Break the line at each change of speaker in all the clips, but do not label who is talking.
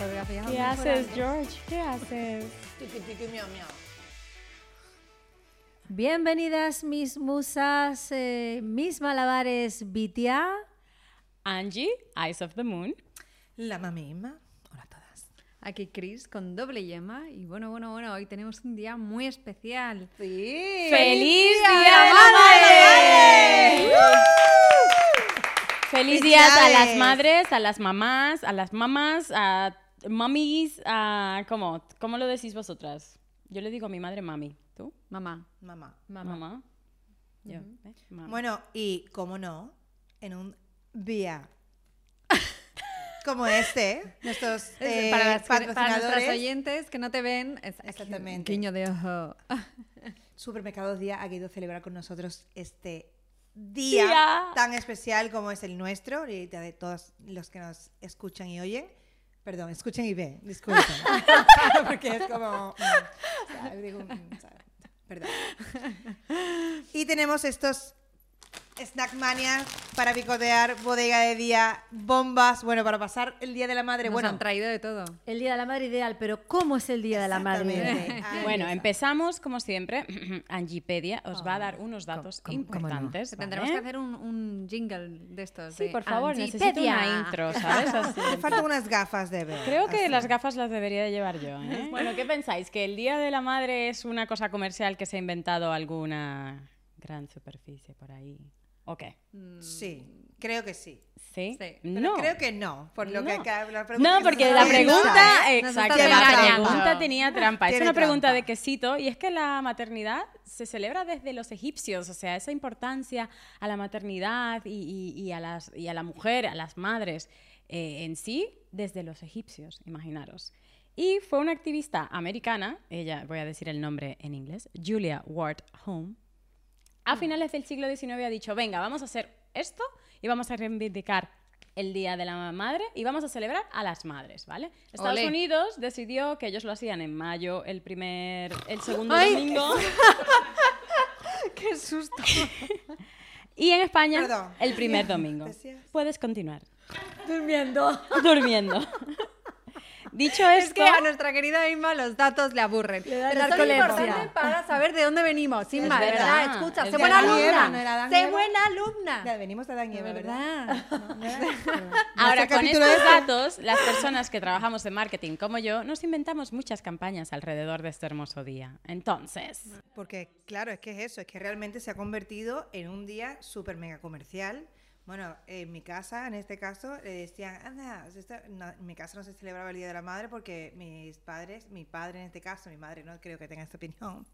Ah,
¿Qué haces, George? ¿Qué haces?
Tiki, tiki, miau, miau.
Bienvenidas mis musas, eh, mis malabares Bitia.
Angie, Eyes of the Moon.
La mami Inma. Hola a todas.
Aquí Chris con doble yema. Y bueno, bueno, bueno, hoy tenemos un día muy especial.
Sí.
¡Feliz Día
Día
de
de
la Madre!
la
¡Feliz día a las
Felicidades.
madres, a las mamás, a las mamás, a mummies, a... ¿Cómo? ¿Cómo lo decís vosotras? Yo le digo a mi madre mami. ¿Tú?
Mamá,
Mamá.
mamá.
Mamá. Yo. ¿eh? Mami.
Ah. Bueno, y como no, en un día como este, nuestros eh,
para, las- para nuestras
patrocinadores,
oyentes que no te ven, es aquí un
Exactamente.
guiño de ojo.
Supermercados Día ha querido celebrar con nosotros este día,
Día.
tan especial como es el nuestro, y de todos los que nos escuchan y oyen. Perdón, escuchen y ven, disculpen. Porque es como... mm, ¿sabes? Digo, mm, ¿sabes? Perdón. Y tenemos estos Snack Mania para picotear, bodega de día, bombas, bueno, para pasar el Día de la Madre.
Nos
bueno,
han traído de todo.
El Día de la Madre ideal, pero ¿cómo es el Día de la Madre?
exactamente. Ahí
Bueno,
está.
empezamos como siempre. Angipedia os va a dar unos datos
cómo- cómo no?
importantes. ¿vale?
Tendremos que hacer un, un jingle de estos.
Sí,
de
por favor, necesito
Angipedia.
una intro, ¿sabes? Así.
Me faltan unas gafas de ver.
Creo que
así.
las gafas las debería de llevar yo. ¿eh? Bueno, ¿qué pensáis? ¿Que el Día de la Madre es una cosa comercial que se ha inventado alguna gran superficie por ahí? ¿O qué?
Sí, creo que sí.
¿Sí?
Sí, pero
no.
Creo que no, por lo que
No.
acá- la pregunta
No,
que
porque
nos
la
hacen está,
pregunta,
¿eh?
Nos
exacto,
estás
la
engañando.
pregunta tenía trampa. Es
Tiene
una pregunta
trampa.
de quesito y es que la maternidad se celebra desde los egipcios, o sea, esa importancia a la maternidad y, y- y a, las, y a la mujer, a las madres eh, en sí, desde los egipcios, imaginaros. Y fue una activista americana, ella, voy a decir el nombre en inglés, Julia Ward Home, a
Mm.
finales del siglo XIX ha dicho, venga, vamos a hacer esto y vamos a reivindicar el Día de la Madre y vamos a celebrar a las madres, ¿vale? Estados
Olé.
Unidos decidió que ellos lo hacían en mayo, el primer, el segundo
Ay,
domingo.
¡Qué susto!
Y en España,
Perdón.
el primer domingo.
Decías.
Puedes continuar.
Durmiendo.
Durmiendo. Dicho esto,
Es que a nuestra querida Inma los datos le aburren.
Le da
Pero son
narcolepsia.
importantes para saber de dónde venimos. Inma,
Es
de
verdad.
verdad, escucha,
Es
sé
verdad.
buena
Adán y Eva,
alumna.
¿no era Adán y
sé
Eva?
buena alumna.
Ya, venimos de Adán y
De
Eva, ¿verdad?
verdad.
No, no era- Bueno,
Ahora,
nuestro
con
capítulo
estos
este-
datos, las personas que trabajamos en marketing como yo, nos inventamos muchas campañas alrededor de este hermoso día. Entonces,
Porque, claro, es que es eso, es que realmente se ha convertido en un día súper mega comercial. Bueno, en mi casa, en este caso, le decían, anda, esto- no, en mi casa no se celebraba el Día de la Madre porque mis padres, mi padre en este caso, mi madre no creo que tenga esta opinión,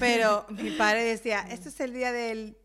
pero mi padre decía, este es el día del,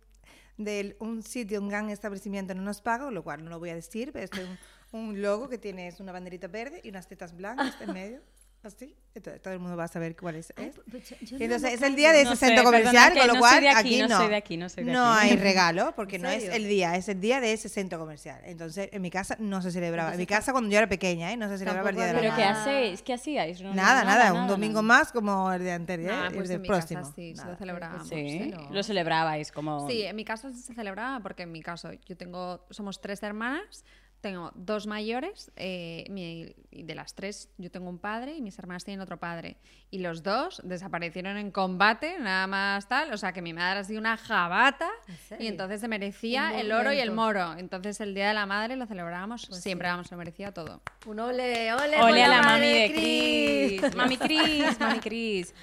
del un sitio, un gran establecimiento no nos paga, lo cual no lo voy a decir, pero este es un, un logo que tiene es una banderita verde y unas tetas blancas en medio, así, entonces todo el mundo va a saber cuál es.
pues,
es. Entonces es el día de ese
No sé,
centro
perdona,
comercial,
que
con lo
no
cual
soy de aquí,
aquí,
no
no.
soy de aquí, no soy de
No
aquí.
hay regalo porque no es
serio?
el día, es el día de ese centro comercial. Entonces en mi casa no se celebraba. En mi casa cuando yo era pequeña, ¿eh? no se celebraba el día de la
¿pero
madre.
qué hacéis? ¿Qué hacíais? No,
Nada, nada, un domingo
nada.
más como el de anterior, eh,
Ah,
el
pues
de
en mi
próximo.
casa sí, se
Nada.
lo ¿eh? celebrábamos.
Sí, lo celebrabais como...
Sí, en mi caso se celebraba porque en mi caso yo tengo, somos tres hermanas, tengo dos mayores, eh, mi- y de las tres yo tengo un padre y mis hermanas tienen otro padre. Y los dos desaparecieron en combate, nada más tal, o sea que mi madre ha sido una jabata y
serio?
entonces se
Un
merecía el oro y el
momento.
moro. Entonces el Día de la Madre lo celebrábamos, siempre, vamos, se merecía todo.
Un ole, ole. por
Ole a la
madre
mami de
Cris.
Cris. Mami Cris, mami Cris.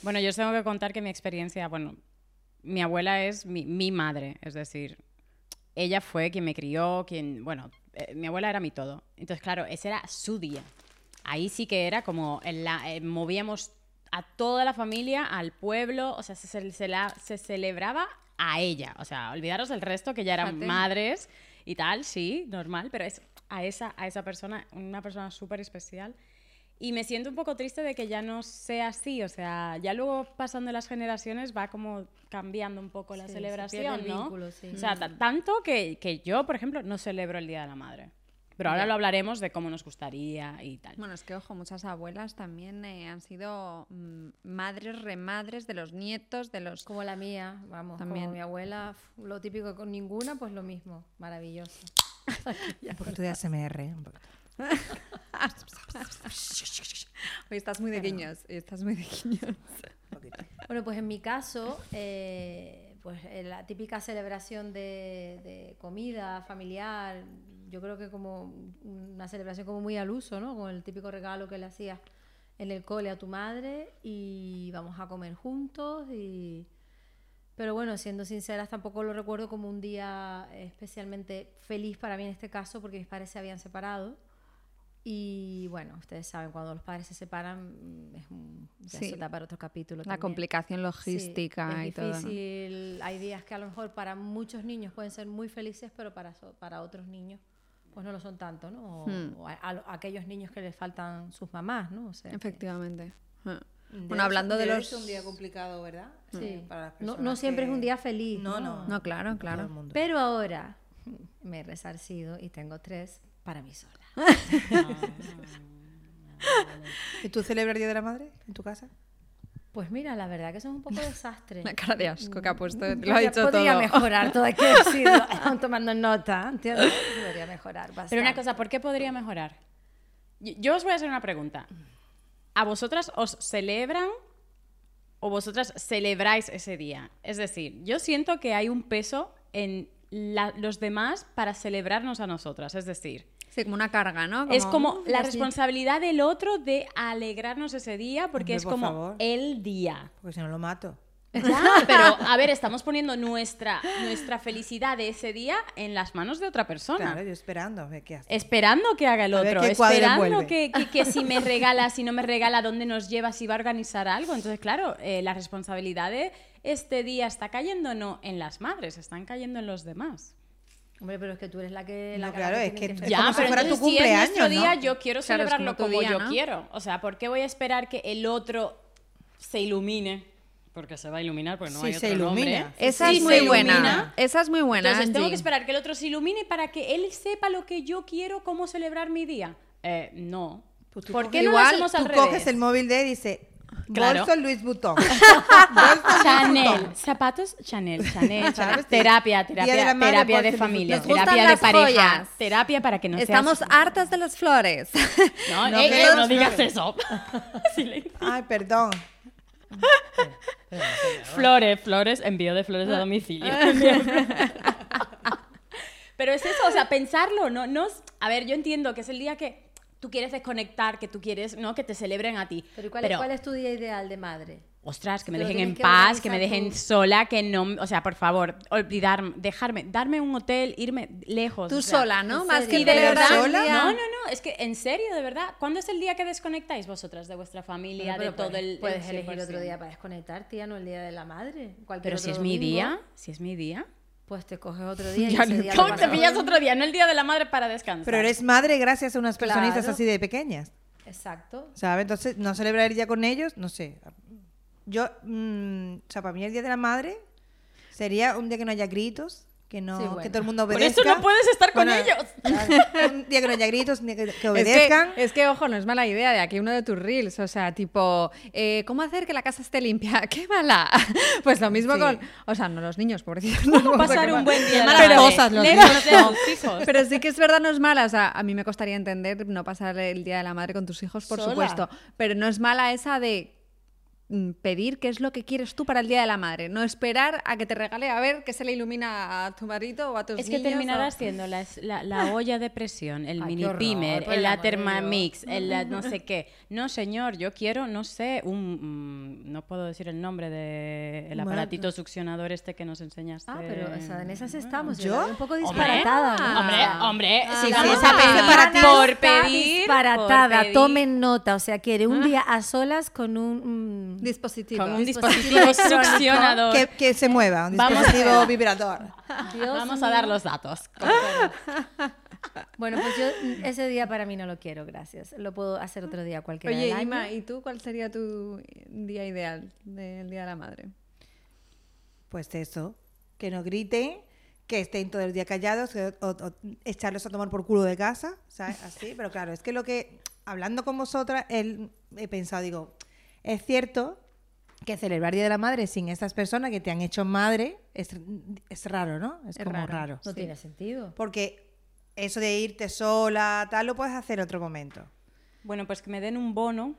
Bueno, yo os tengo que contar que mi experiencia, bueno, mi abuela es mi, mi madre, es decir, ella fue quien me crió, quien, bueno, eh, mi abuela era mi todo. Entonces, claro, ese era su día. Ahí sí que era como, en la, eh, movíamos a toda la familia, al pueblo, o sea, se, cel- se la- se celebraba a ella. O sea, olvidaros del resto, que ya eran
Fíjate.
madres y tal, sí, normal, pero es a esa, a esa persona, una persona súper especial. Y me siento un poco triste de que ya no sea así, o sea, ya luego pasando las generaciones va como cambiando un poco la
Sí, se
celebración,
pierde el
¿no?
vínculo, sí. Mm.
O sea, ta- tanto que, que yo, por ejemplo, no celebro el Día de la Madre. Pero ahora lo hablaremos de cómo nos gustaría y tal.
Bueno, es que ojo, muchas abuelas también eh, han sido mm, madres, remadres de los nietos, de los...
Como la mía, vamos,
También.
como mi abuela, f- lo típico con ninguna, pues lo mismo, maravilloso.
Un poquito de ASMR. un poquito.
Hoy estás muy de guiños, hoy estás muy de guiños.
Un poquito.
Bueno, pues en mi caso, eh, pues eh, la típica celebración de, de comida familiar, yo creo que como una celebración como muy al uso, ¿no? Con el típico regalo que le hacías en el cole a tu madre y vamos a comer juntos y... Pero bueno, siendo sinceras, tampoco lo recuerdo como un día especialmente feliz para mí en este caso porque mis padres se habían separado. Y bueno, ustedes saben, cuando los padres se separan, mm, es un, ya
Sí.
eso da para otro capítulo.
La
también.
complicación
Sí,
logística y
es
todo. ¿no?
difícil. Hay días que a lo mejor para muchos niños pueden ser muy felices, pero para, so- para otros niños pues no lo son tanto, ¿no? O,
Hmm.
o a, a lo- a aquellos niños que les faltan sus mamás, ¿no? O sea, que-
Efectivamente. Ah.
Debe
Bueno, hablando
ser-
de
debe
los... Mm,
ser un día complicado, ¿verdad?
Sí.
Para las
no, no
personas
siempre es
que-
un día feliz.
No,
No,
no.
No, claro,
Todo el
claro.
mundo.
Pero ahora me he resarcido y tengo tres para mí sola.
¿Y tú celebras el Día de la Madre en tu casa?
Pues mira, la verdad que eso es un poco desastre.
La cara de asco que ha puesto, lo ha
Podría-
dicho
podría
todo.
mejorar, todo hay que decirlo. Aún tomando nota, ¿entiendes? Podría mejorar bastante.
Pero una cosa, ¿por qué podría mejorar? Y- Yo os voy a hacer una pregunta. ¿A vosotras os celebran o vosotras celebráis ese día? Es decir, yo siento que hay un peso en la- los demás para celebrarnos a nosotras. Es decir,
Sí, como una carga, ¿no?
es como
"Uh,
la
así".
responsabilidad del otro de alegrarnos ese día porque
Hombre,
es
por
como
favor.
el día.
Porque si no lo mato.
Ya, pero a ver, estamos poniendo nuestra, nuestra felicidad de ese día en las manos de otra persona.
Claro, yo esperando. a ver ¿Qué haces?
Esperando que haga el
A ver
otro,
qué cuadro
esperando
envuelve.
que, que- que si me regala, si no me regala, dónde nos lleva, si va a organizar algo. Entonces, claro, eh, la responsabilidad de este día está cayendo no en las madres, están cayendo en los demás.
Hombre, pero es que tú eres la que... la
No,
cara
claro, es
tiene
que tú- Es
ya,
como si
pero
fuera tu
entonces, si es nuestro
cumpleaños,
día,
¿no?
yo quiero
Claro, es
celebrarlo
como tu
como,
día,
yo
¿no?
quiero. O sea, ¿por qué voy a esperar que el otro se ilumine? Porque se va a iluminar, porque no
Sí,
hay
se
otro nombre.
ilumina.
Esa
Sí,
es
se
muy
ilumina.
buena. Esa es muy buena,
Entonces tengo
Angie.
que esperar que el otro se ilumine para que él sepa lo que yo quiero, cómo celebrar mi día. Eh, no.
Pues tú
¿Por
coges-
qué no lo
igual,
hacemos al
Tú
revés?
coges el móvil de él y dices,
Claro.
bolso Luis Butón. Bolso
Chanel, zapatos Chanel, Chanel, Chanel.
¿Sabes?
terapia,
Día de
terapia,
la madre,
terapia de
porque
familia,
nos gustan
terapia de
las
pareja,
joyas.
terapia para que no
Estamos
seas...
hartas de las flores.
No,
No,
eh,
pero-
eh, no digas eso. Silencio.
Ay, perdón.
Flores, flores, envío de flores
Ah.
a domicilio. Pero es eso, o sea, pensarlo, no, no, es- a ver, yo entiendo que es el día que tú quieres desconectar, que tú quieres, ¿no? Que te celebren a ti.
Pero ¿y ¿cuál, cuál es tu día ideal de madre?
Ostras, que me
Pero
dejen en
tienes que
paz, que me
organizar
dejen
tú.
sola, que no, o sea, por favor, olvidarme, dejarme, darme un hotel, irme lejos.
Tú
o sea,
sola, ¿no?
en
Más que
Sí,
el
de
¿Pero
verdad.
sola?
No, no, no. Es que en serio, de verdad. ¿Cuándo es el día que desconectáis vosotras de vuestra familia,
Bueno, pero
de todo
puedes-
el. el
Puedes elegir otro
100%?
día para desconectar, tía, no el día de la madre. cualquier
Pero si
otro
es mi
domingo,
día, si es mi día.
Pues te coges otro día y
Ya
ese
no-
día lo
¿Cómo
vas
te
a
pillas
poder-
otro día? No el día de la madre para descansar.
Pero eres madre gracias a unas personitas
Claro.
así de pequeñas.
Exacto.
¿Sabes? Entonces, no celebrar el día con ellos, no sé. Yo, mm, o sea, para mí el Día de la Madre sería un día que no haya gritos, que no
Sí, bueno.
que todo el mundo
Por
obedezca.
eso no puedes estar con ellos.
claro, un día que no haya gritos, un día que, que
Es que-
obedezcan.
Es que, ojo, no es mala idea de aquí uno de tus reels. O sea, tipo, eh, ¿cómo hacer que la casa esté limpia? ¡Qué mala! Pues lo mismo
Sí.
con. O sea, no los niños, pobrecitos. No
¿Cómo
vamos a
pasar
quemar.
un buen día? de la
Qué malas
madre?
cosas los
Lejos
niños.
de los hijos.
Pero sí que es verdad, no es mala. O sea, a mí me costaría entender no pasar el día de la madre con tus hijos, por
Sola.
supuesto. Pero no es mala esa de mm, pedir qué es lo que quieres tú para el día de la madre. No esperar a que te regale a ver qué se le ilumina a tu marido o a tus
Es que
niños o-
terminarás siendo la, la- la olla de presión, el
Ay, qué
mini
horror,
pimer,
por
el
el
la
amor de Dios.
Thermamix, el la no sé qué. No, señor, yo quiero, no sé, un. mm, no puedo decir el nombre del
Bueno,
aparatito succionador este que nos enseñaste.
Ah, pero o sea, en esas estamos.
¿Yo?
la veo Un poco disparatada. ¿no?
Hombre,
O sea,
hombre,
ah,
si
la
vamos
Ana
a pedir
está
por pedir.
Disparatada,
por pedir Ah.
tomen nota. O sea, quiere un día a solas con un. mm,
Dispositivo.
Con un
dispositivo
dispositivo
electrónico
succionador.
Que, que se mueva, un
Vamos a
dispositivo
ver.
vibrador.
Dios
Ah, Vamos a
mío.
dar los datos.
Bueno, pues yo mm, ese día para mí no lo quiero, gracias. Lo puedo hacer otro día cualquiera
Oye,
del año.
Ima, ¿y tú cuál sería tu eh, día ideal del Día de la Madre?
Pues eso, que no griten, que estén todo el día callados, que- o, o echarlos a tomar por culo de casa, ¿sabes? Así, pero claro, es que lo que, hablando con vosotras, él, he pensado, digo, es cierto que celebrar Día de la Madre sin estas personas que te han hecho madre es, es raro, ¿no? Es, como raro.
no tiene sentido.
Porque eso de irte sola, tal, lo puedes hacer en otro momento.
Bueno, pues que me den un bono,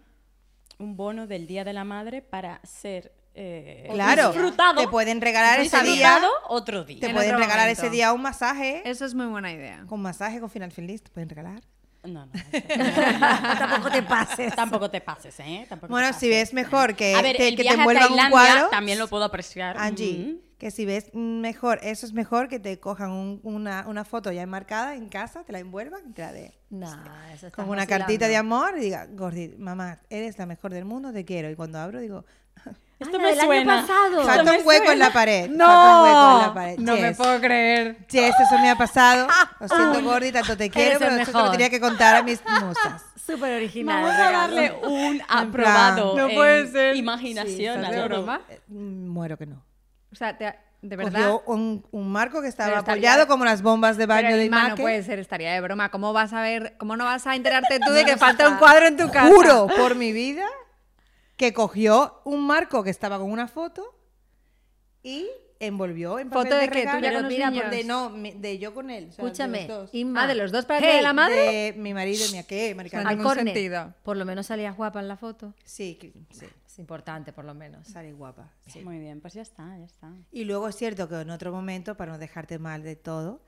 un bono del Día de la Madre para ser eh,
Claro,
disfrutado.
te pueden regalar ese día,
disfrutado otro día.
te
En
pueden
otro
regalar
momento.
ese día un masaje,
Eso es muy buena idea.
con masaje, con final feliz, te pueden regalar.
No, no.
Tampoco te pases.
Tampoco te pases, ¿eh? Tampoco te
Bueno,
pases.
si ves mejor que
A ver,
te,
el
que te
viaje a
envuelvan un
Tailandia
cuadro,
también lo puedo apreciar.
Angie,
Mm.
que si ves mejor, eso es mejor que te cojan un- una, una foto ya enmarcada en casa, te la envuelvan y te la den.
Nah, eso estás
Como una
vacilando.
cartita de amor y diga, Gordi, mamá, eres la mejor del mundo, te quiero. Y cuando abro digo,
Esto
Ana,
me
del año
suena.
pasado.
Esto
falta
me
un hueco en
suena.
la pared. falta un hueco en la pared.
No me
Yes.
puedo creer.
Yes, este eso me ha pasado. Lo siento, Gordi, tanto te quiero,
Eres el
pero eso te lo
mejor.
tenía que contar a mis musas.
Súper original.
Vamos a
regalo.
darle un
plan,
aprobado.
no
en
puede ser.
Imaginación.
Sí,
a
¿estás de
todo.
broma?
Eh, Muero que no.
O sea, te- de verdad.
Cogió un, un marco que estaba
Pero estaría-
apoyado como las bombas de baño
Pero pues,
de
el ma no
Imaque.
puede ser, estaría de broma. ¿Cómo vas a ver, cómo no vas a enterarte tú de que
no se
falta un
sabe.
cuadro en tu casa?
ah, Juro por mi vida que cogió un marco que estaba con una foto y envolvió en papel
¿Foto de qué?
regalo.
¿Tuya con los
mira,
niños?
de no, me- de yo con él. o sea, de
Escúchame,
los dos.
Inma.
Ah, de los dos para el día de
Hey,
la madre.
De mi marido y mi qué, marica.
Al-
Al
ningún
córner.
sentido.
Por lo menos salías guapa en la foto.
Sí, que- sí,
Es importante, por lo menos.
sale guapa. sí.
Muy bien, pues ya está, ya está.
Y luego es cierto que en otro momento, para no dejarte mal de todo,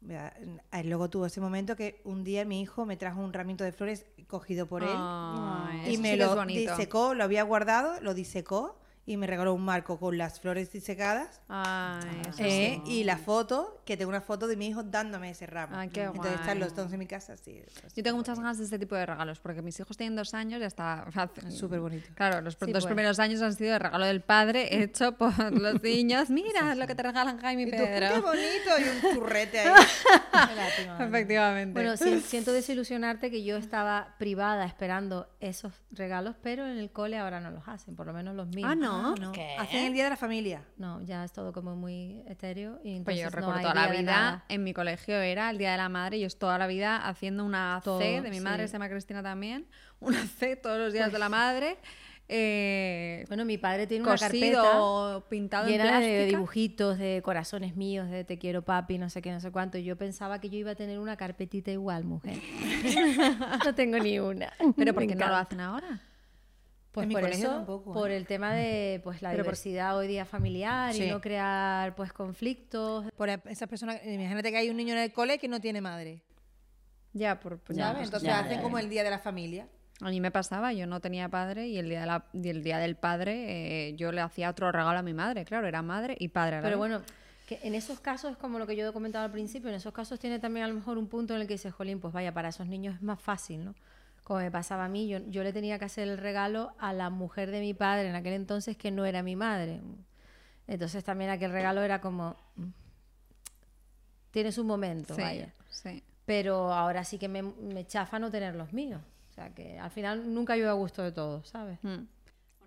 vea, eh, luego tuvo ese momento que un día mi hijo me trajo un ramito de flores cogido por él.
Ay,
y
eso
me
sí que es
lo
bonito.
disecó, lo había guardado, lo disecó y me regaló un marco con las flores disecadas
Ay, eso sí.
eh, y la foto, que tengo una foto de mi hijo dándome ese ramo.
Ay, qué
Entonces
guay.
están los dos en mi casa, sí.
Yo tengo muchas ganas de este tipo de regalos, porque mis hijos tienen dos años y hasta... hace-
Súper bonito.
Claro, los pr-
Sí,
dos
pues.
primeros años han sido el regalo del padre hecho por los niños. Mira lo que te regalan Jaime y
Y tú, qué
Pedro.
bonito, y un churrete ahí. Qué lástima, ¿no?
Ah, Efectivamente.
Bueno, si- siento desilusionarte que yo estaba privada esperando esos regalos, pero en el cole ahora no los hacen, por lo menos los míos.
ah, no.
No,
¿Qué?
Hacen el día de la familia.
No, ya es todo como muy etéreo. Y
Pues
entonces
yo
no
recuerdo
hay
toda la
día de
vida,
nada.
en mi colegio era el Día de la Madre y yo toda la vida haciendo una
Todo,
C, de mi madre
sí. Pues
se llama Cristina también, una C todos los días de la madre, eh,
Bueno, mi padre tiene una carpeta.
cosido, o pintado en
llena de
plástica.
dibujitos, de corazones míos, de te quiero papi, no sé qué, no sé cuánto. Yo pensaba que yo iba a tener una carpetita igual, mujer. no tengo ni una.
Pero ¿por
Me
qué no lo
encanta.
hacen ahora?
Pues
En mi
por
colegio
eso,
tampoco,
por
¿eh?
el tema de pues la
Pero por-
diversidad hoy día familiar
Sí.
y no crear pues conflictos.
Por esas personas, imagínate que hay un niño en el cole que no tiene madre.
Ya, por, por-
Ya,
¿sabes?
pues,
Entonces
ya,
hacen
ya,
como
ya.
el día de la familia.
A mí me pasaba, yo no tenía padre y el día, de la- y el día del padre eh, yo le hacía otro regalo a mi madre, claro, era madre y padre. a la vez.
Pero bueno, que en esos casos, como lo que yo he comentado al principio, en esos casos tiene también a lo mejor un punto en el que dices, jolín, pues vaya, para esos niños es más fácil, ¿no? Como me pasaba a mí, yo, yo le tenía que hacer el regalo a la mujer de mi padre en aquel entonces que no era mi madre. Entonces también aquel regalo era como, mm, tienes un momento,
Sí,
vaya.
sí.
Pero ahora sí que me, me chafa no tener los míos. O sea, que al final nunca yo a gusto de todo, ¿sabes?
Mm.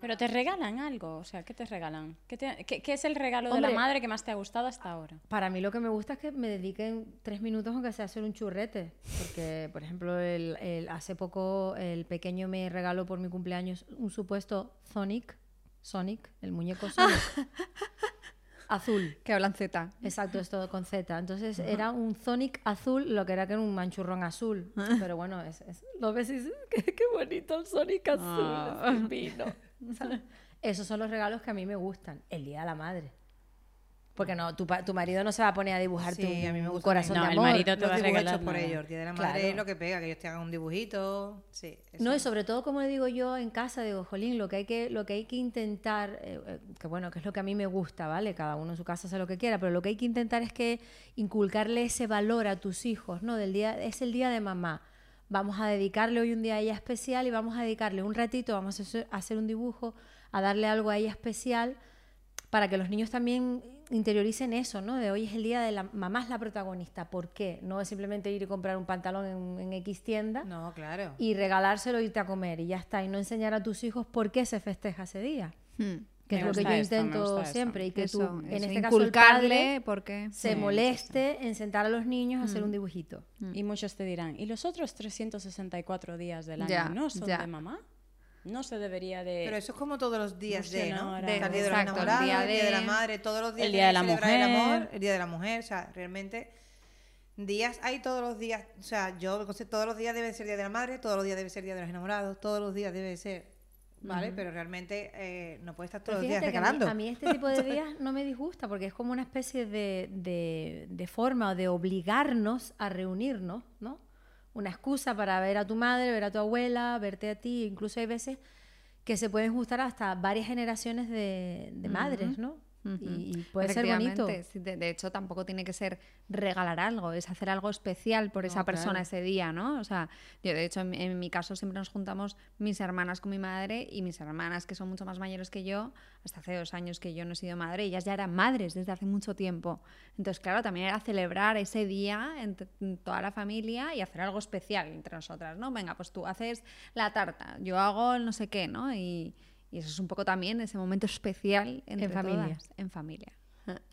Pero te regalan algo, o sea, ¿qué te regalan? ¿Qué, te- qué- qué es el regalo de
Hombre.
la madre que más te ha gustado hasta ahora?
Para mí lo que me gusta es que me dediquen tres minutos aunque sea a hacer un churrete. Porque, por ejemplo, el, el- hace poco el pequeño me regaló por mi cumpleaños un supuesto Sonic. Sonic, el muñeco Sonic. azul.
Que hablan Z.
Exacto, es todo con Z. Entonces era un Sonic azul, lo que era que era un manchurrón azul.
Ah.
Pero bueno, es, es- lo ves y dices, qué, qué bonito el Sonic azul,
Ah.
es divino". Esos son los regalos que a mí me gustan. El Día de la Madre. Porque no, tu, pa- tu marido no se va a poner a dibujarte
Sí,
un,
a mí me gusta
corazón
también.
de
No,
amor.
el marido- No te
los
va a
dibujos
regalar
hechos por
nada.
ellos, el día de la madre
Claro.
es lo que pega, que ellos te hagan un dibujito. Sí, eso.
No, y sobre todo, como le digo yo en casa, digo, jolín, lo que hay que, lo que, hay que intentar, eh, eh, que bueno, que es lo que a mí me gusta, ¿vale? Cada uno en su casa hace lo que quiera, pero lo que hay que intentar es que inculcarle ese valor a tus hijos, ¿no? Del día, es el día de mamá. Vamos a dedicarle hoy un día a ella especial y vamos a dedicarle un ratito, vamos a hacer- a hacer un dibujo, a darle algo a ella especial para que los niños también interioricen eso, ¿no? De hoy es el día de la mamá es la protagonista. ¿Por qué? No es simplemente ir y comprar un pantalón en, en X tienda
No, claro.
y regalárselo e irte a comer y ya está y no enseñar a tus hijos por qué se festeja ese día que
Me
es lo que yo
gusta esto, me
intento
gusta
siempre
esto.
Hmm. y que
Eso,
tú en
eso,
este caso el padre
pues,
porque...
se moleste en sentar a los niños a
Mm.
hacer un dibujito
Y muchos te dirán, ¿y los otros 364 días del año
Ya,
no son
ya.
de mamá? No se debería de...
Pero eso es como todos los días
No
de,
sé,
¿no?
no,
De,
ahora-
el día de
Exacto,
los
el
enamorados,
día
el día de la
de-
madre, todos los días
el día de
tienes
la
que celebrar el amor,
mujer.
el día de la mujer, o sea, realmente Días hay todos los días, o sea, yo conse- todos los días debe ser Día de la Madre, todos los días debe ser Día de los Enamorados, todos los días debe ser, ¿vale? Pero realmente eh, no puede estar todos
Pero
los días
fíjate que a mí-
regalando.
A mí, este tipo de días no me disgusta porque es como una especie de, de- de forma o de obligarnos a reunirnos, ¿no? Una excusa para ver a tu madre, ver a tu abuela, verte a ti. Incluso hay veces que se pueden juntar hasta varias generaciones de, de madres, ¿no? y, y puede ser bonito.
Efectivamente, sí, de, de hecho, tampoco tiene que ser regalar algo, es hacer algo especial por esa persona
claro.
ese día, ¿no? O sea, yo de hecho, en, en mi caso, siempre nos juntamos mis hermanas con mi madre y mis hermanas, que son mucho más mayores que yo, hasta hace dos años que yo no he sido madre, ellas ya eran madres desde hace mucho tiempo. Entonces, claro, también era celebrar ese día entre toda la familia y hacer algo especial entre nosotras, ¿no? Venga, pues tú haces la tarta, yo hago el no sé qué, ¿no? Y. y eso es un poco también ese momento especial entre
familia.
todas, en familia.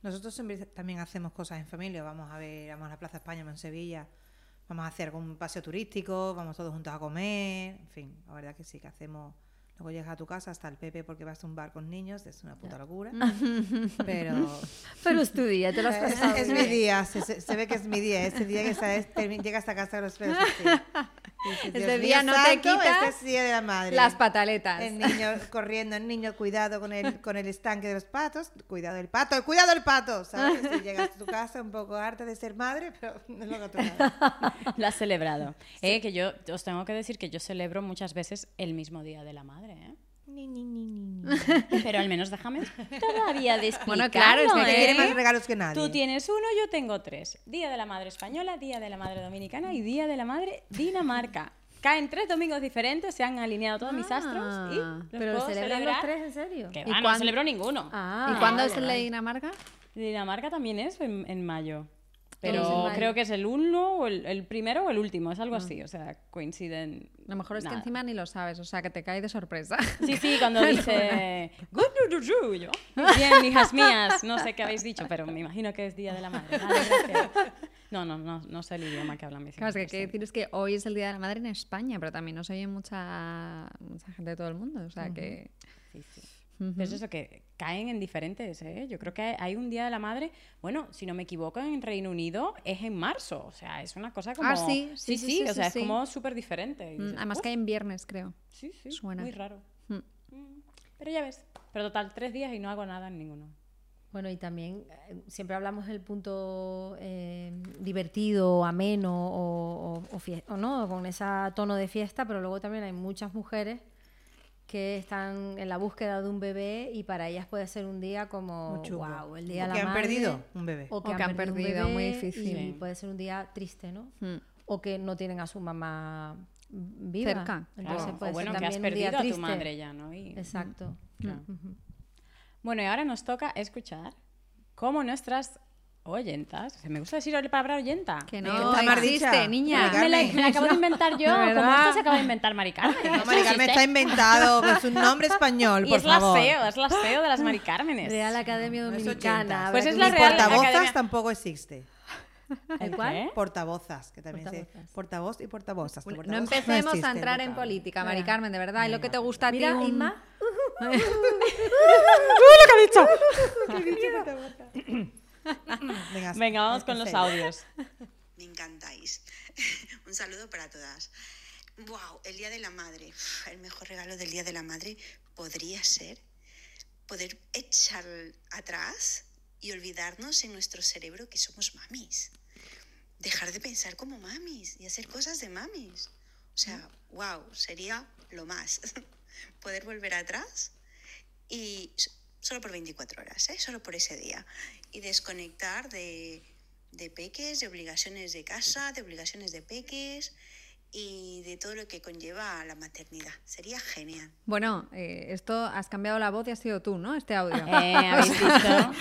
Nosotros siempre también hacemos cosas en familia, vamos a ver, vamos a la Plaza España, vamos en Sevilla, vamos a hacer algún paseo turístico, vamos todos juntos a comer, en fin, la verdad que sí, que hacemos... Luego llegas a tu casa hasta el Pepe porque vas a un bar con niños, es una puta locura. Pero
Pero es tu día, te lo has
Es,
pasado.
es mi día, se, se- se ve que es mi día. Ese día que sabes, termi- llegas a casa de los pelos. así. Y dices,
Ese
"Dios
día
mío
no te
santo,
quitas
Este es día de la madre.
Las pataletas.
El niño corriendo, el niño cuidado con el, con el estanque de los patos. Cuidado el pato, cuidado el pato. ¿Sabes? Y llegas a tu casa un poco harta de ser madre, pero no es lo que tú quieras.
Lo has celebrado. Eh, que yo os tengo que decir que yo celebro muchas veces el mismo día de la madre, ¿eh?
Ni, ni, ni, ni.
Pero al menos déjame todavía de
Bueno, claro, es que
explicarlo,
Que
¿eh?
tiene más regalos que nadie.
Tú tienes uno, yo tengo tres. Día de la Madre Española, Día de la Madre Dominicana y Día de la Madre Dinamarca. Caen tres domingos diferentes, se han alineado todos mis astros y
Ah,
los
Pero lo
puedo
celebran los
celebrar.
tres, ¿en serio?
Que
¿Y
va, no
cuán-
celebro ninguno.
Ah,
¿Y cuándo
vale,
es el de
vale.
Dinamarca?
Dinamarca también es en, en mayo.
es en
Pero
mayo.
creo que es el uno, o el, el primero o el último, es algo así. O sea, coinciden.
Ah. Lo mejor es
nada.
que encima ni lo sabes, o sea, que te cae de sorpresa.
Sí, sí, cuando dice. "Good do do do", y yo, Bien, hijas mías. No sé qué habéis dicho, pero me imagino que es Día de la Madre. Vale, gracias. No, no, no, no sé el idioma que hablan mis
Claro,
hijas.
es que hay que decir es que hoy es el Día de la Madre en España, pero también nos oye mucha, mucha gente de todo el mundo, o sea que...
Sí, sí. Pero es eso, que caen en diferentes, ¿eh? Yo creo que hay- hay un Día de la Madre, bueno, si no me equivoco, en Reino Unido es en marzo, o sea, es una cosa como...
Ah, sí,
sí,
sí, sí, sí,
o sea,
sí,
es
sí.
como súper diferente. Y
Mm,
dices,
Además
"Uf,
que hay en viernes, creo.
Sí, sí,
suena".
muy raro.
Mm.
Mm, Pero ya ves, pero total, tres días y no hago nada en ninguno.
Bueno, y también eh, siempre hablamos del punto eh, divertido, ameno o, o- o fie- o no, con ese tono de fiesta, pero luego también hay muchas mujeres que están en la búsqueda de un bebé y para ellas puede ser un día como
Muy chungo.
wow, el día
O
de la
que han
madre,
perdido un bebé.
o que, han, perdido, un bebé, muy difícil y puede ser un día triste, ¿no?
Mm.
O que no tienen a su mamá viva.
Cerca.
Entonces
Claro,
puede
o
ser
bueno, que
también
has
un día
perdido a tu
triste.
madre ya, ¿no? Y-
Exacto.
Claro. Bueno, y ahora nos toca escuchar cómo nuestras oyentas, se me gusta decir la palabra oyenta.
Que
que
no
está mal
existe,
dicha.
niña.
Venga,
Me la,
Carmen.
me la acabo de inventar yo,
De
como
verdad.
esto se acaba de inventar Mari Carmen.
No,
Eso
Mari Carmen
existe.
está inventado, que es un nombre español,
Y
por
es la
favor.
CEO, es la CEO de las Mari Cármenes.
Real Academia
No es
Dominicana.
80.
Pues
habrá
es
que
la
Y
buscar.
Real
portavozas
Academia-
tampoco existe.
¿El
cual?
¿Eh? Portavozas, que también se
Portavozas.
Portavoz y portavozas. que
No
portavoz
empecemos
existe,
a entrar en
vocablo.
política, Mari Carmen, de verdad, es lo que te gusta a ti.
Mira,
un-
Inma,
Venga, este
Venga, vamos con los
serio.
audios.
Me encantáis. Un saludo para todas. ¡Wow! El Día de la Madre. Uf, El mejor regalo del Día de la Madre podría ser poder echar atrás y olvidarnos en nuestro cerebro que somos mamis. Dejar de pensar como mamis y hacer cosas de mamis. O sea, wow, sería lo más. Poder volver atrás y s- solo por 24 horas, ¿eh? solo por ese día. Y desconectar de, de peques, de obligaciones de casa, de obligaciones de peques y de todo lo que conlleva la maternidad. Sería genial.
Bueno, eh, esto has cambiado la voz y has sido tú, ¿no? Este audio.
Eh, ¿Habéis visto?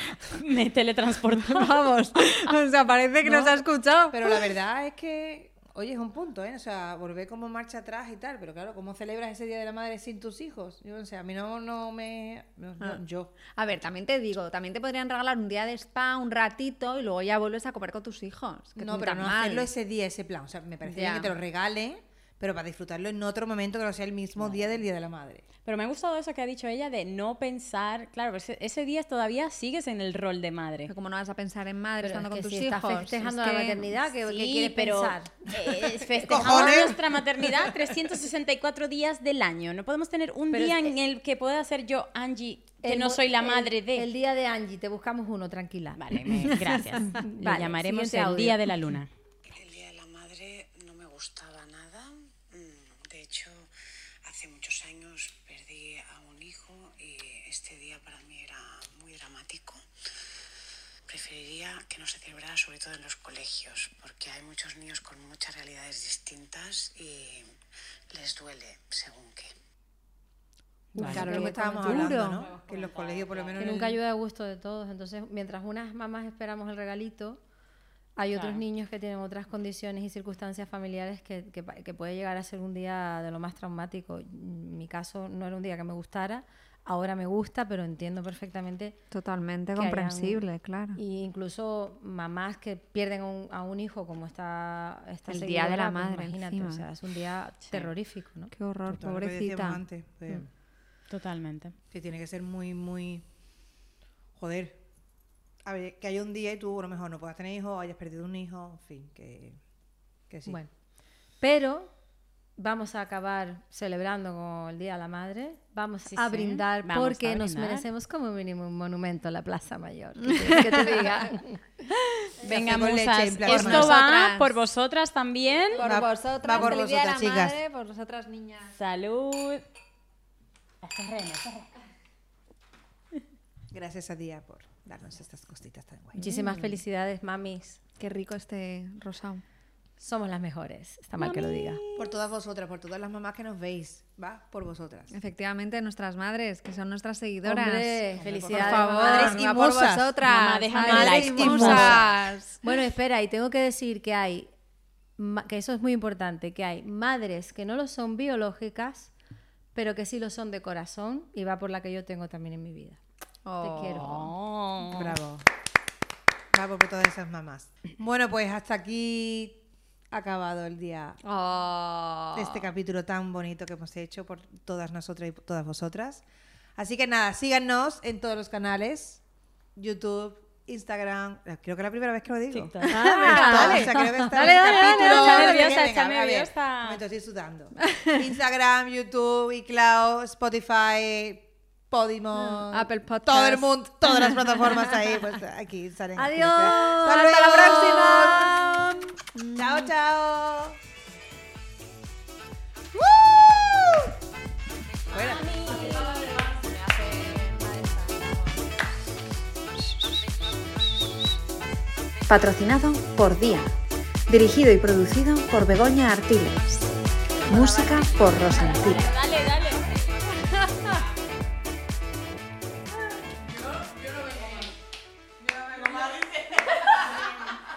Me teletransporto.
Vamos, o sea, parece que nos ha escuchado.
Pero la verdad es que, oye, es un punto, ¿eh? O sea, volver como marcha atrás y tal, pero claro, ¿cómo celebras ese Día de la Madre sin tus hijos? Yo, o sea, a mí no, no me... no, no, yo.
A ver, también te digo, también te podrían regalar un día de spa, un ratito, y luego ya vuelves a comer con tus hijos. que
No,
ni
pero
tan
no
mal.
hacerlo ese día, ese plan. O sea, me parece
Ya.
bien que te lo regalen, pero para disfrutarlo en otro momento que no sea el mismo día del Día de la Madre.
Pero me ha gustado eso que ha dicho ella de no pensar, claro, pues ese, ese día todavía sigues en el rol de madre.
Que como no vas a pensar en madre
Pero
estando
es
con
que
tus
si
hijos.
estás festejando
es
la
que-
maternidad, ¿qué, qué
Sí,
quieres
pero,
pensar?
eh, eh, festejamos
Cojones.
nuestra maternidad 364 días del año. No podemos tener un
Pero
día
es-
en el que pueda ser yo, Angie, que
El
no
mo-
soy la
el-
madre de.
El día de Angie, te buscamos uno, tranquila.
Vale, me- gracias. Lo
Vale,
llamaremos
siguiente
el
audio.
día de la luna.
El Día de la Madre no me gustaba nada. Mm, De hecho, hace muchos años perdí a un hijo y este día para mí era muy dramático. Preferiría que no se celebrara sobre todo en los colegios, porque hay muchos niños con muchas realidades distintas y les duele según qué.
Uy,
Vale.
Claro,
qué
lo que estábamos
duro.
hablando, ¿no? Que en los colegios, por lo menos.
Que
en el-
nunca ayuda a gusto de todos. Entonces, mientras unas mamás esperamos el regalito, hay otros
Claro.
niños que tienen otras condiciones y circunstancias familiares que, que pa- que puede llegar a ser un día de lo más traumático. En mi caso no era un día que me gustara, ahora me gusta, pero entiendo perfectamente.
Totalmente
que hayan-
comprensible, claro.
Y incluso mamás que pierden a un, a un hijo como está esta
El día de la
seguidora, pues
madre,
imagínate,
encima.
o sea, es un día terrorífico, ¿no?
Qué horror,
Todo lo que decíamos
pobrecita.
antes, pues,
Totalmente.
que tiene que ser muy, muy. Joder. A ver, que haya un día y tú a lo mejor no puedas tener hijos, hayas perdido un hijo, en fin, que, que sí.
Bueno, pero vamos a acabar celebrando con el Día de la Madre. Vamos
Sí,
a
sí.
brindar
Vamos a
porque nos
brindar.
merecemos como mínimo un monumento a la Plaza Mayor. ¿Qué quieres que te diga?
Venga,
con leche
musas,
en plan
esto va
normal.
por vosotras también.
Por
Va-
vosotras,
va por
el Día de la
vosotras, chicas.
Madre, por vosotras, niñas.
Salud.
Gracias a Día por darnos estas cositas tan guay.
Mm.
Muchísimas felicidades, mamis.
Qué rico este rosado.
Somos las mejores. Está mal que lo diga.
Por todas vosotras, por todas las mamás que nos veis, va por vosotras.
Efectivamente, nuestras madres, que son nuestras seguidoras.
Hombre,
por
felicidades,
favor,
madres
y
va por
musas.
vosotras.
Mamá, déjame
madres
like,
y
por favor.
musas.
Bueno, espera, y tengo que decir que hay, ma- que eso es muy importante, que hay madres que no lo son biológicas, pero que sí lo son de corazón y va por la que yo tengo también en mi vida.
Oh.
quiero.
Oh.
Bravo. Bravo por todas esas mamás. Bueno, pues hasta aquí ha acabado el día.
Oh.
de Este capítulo tan bonito que hemos hecho por todas nosotras y por todas vosotras. Así que nada, síganos en todos los canales. YouTube, Instagram. Creo que es la primera vez que lo digo.
TikTok.
dale,
Ah, Dale, dale, dale,
está nerviosa, está nerviosa.
Me estoy sudando. Instagram, YouTube, iCloud, Spotify, Podimo,
Apple
todo el
Podcast.
mundo, todas las plataformas ahí, pues aquí salen. aquí.
Adiós,
Hasta,
hasta la
la próxima. Chao, chao. Fuera.
patrocinado por Día, dirigido y producido por Begoña Artiles, música por Rosantino.
Dale, dale.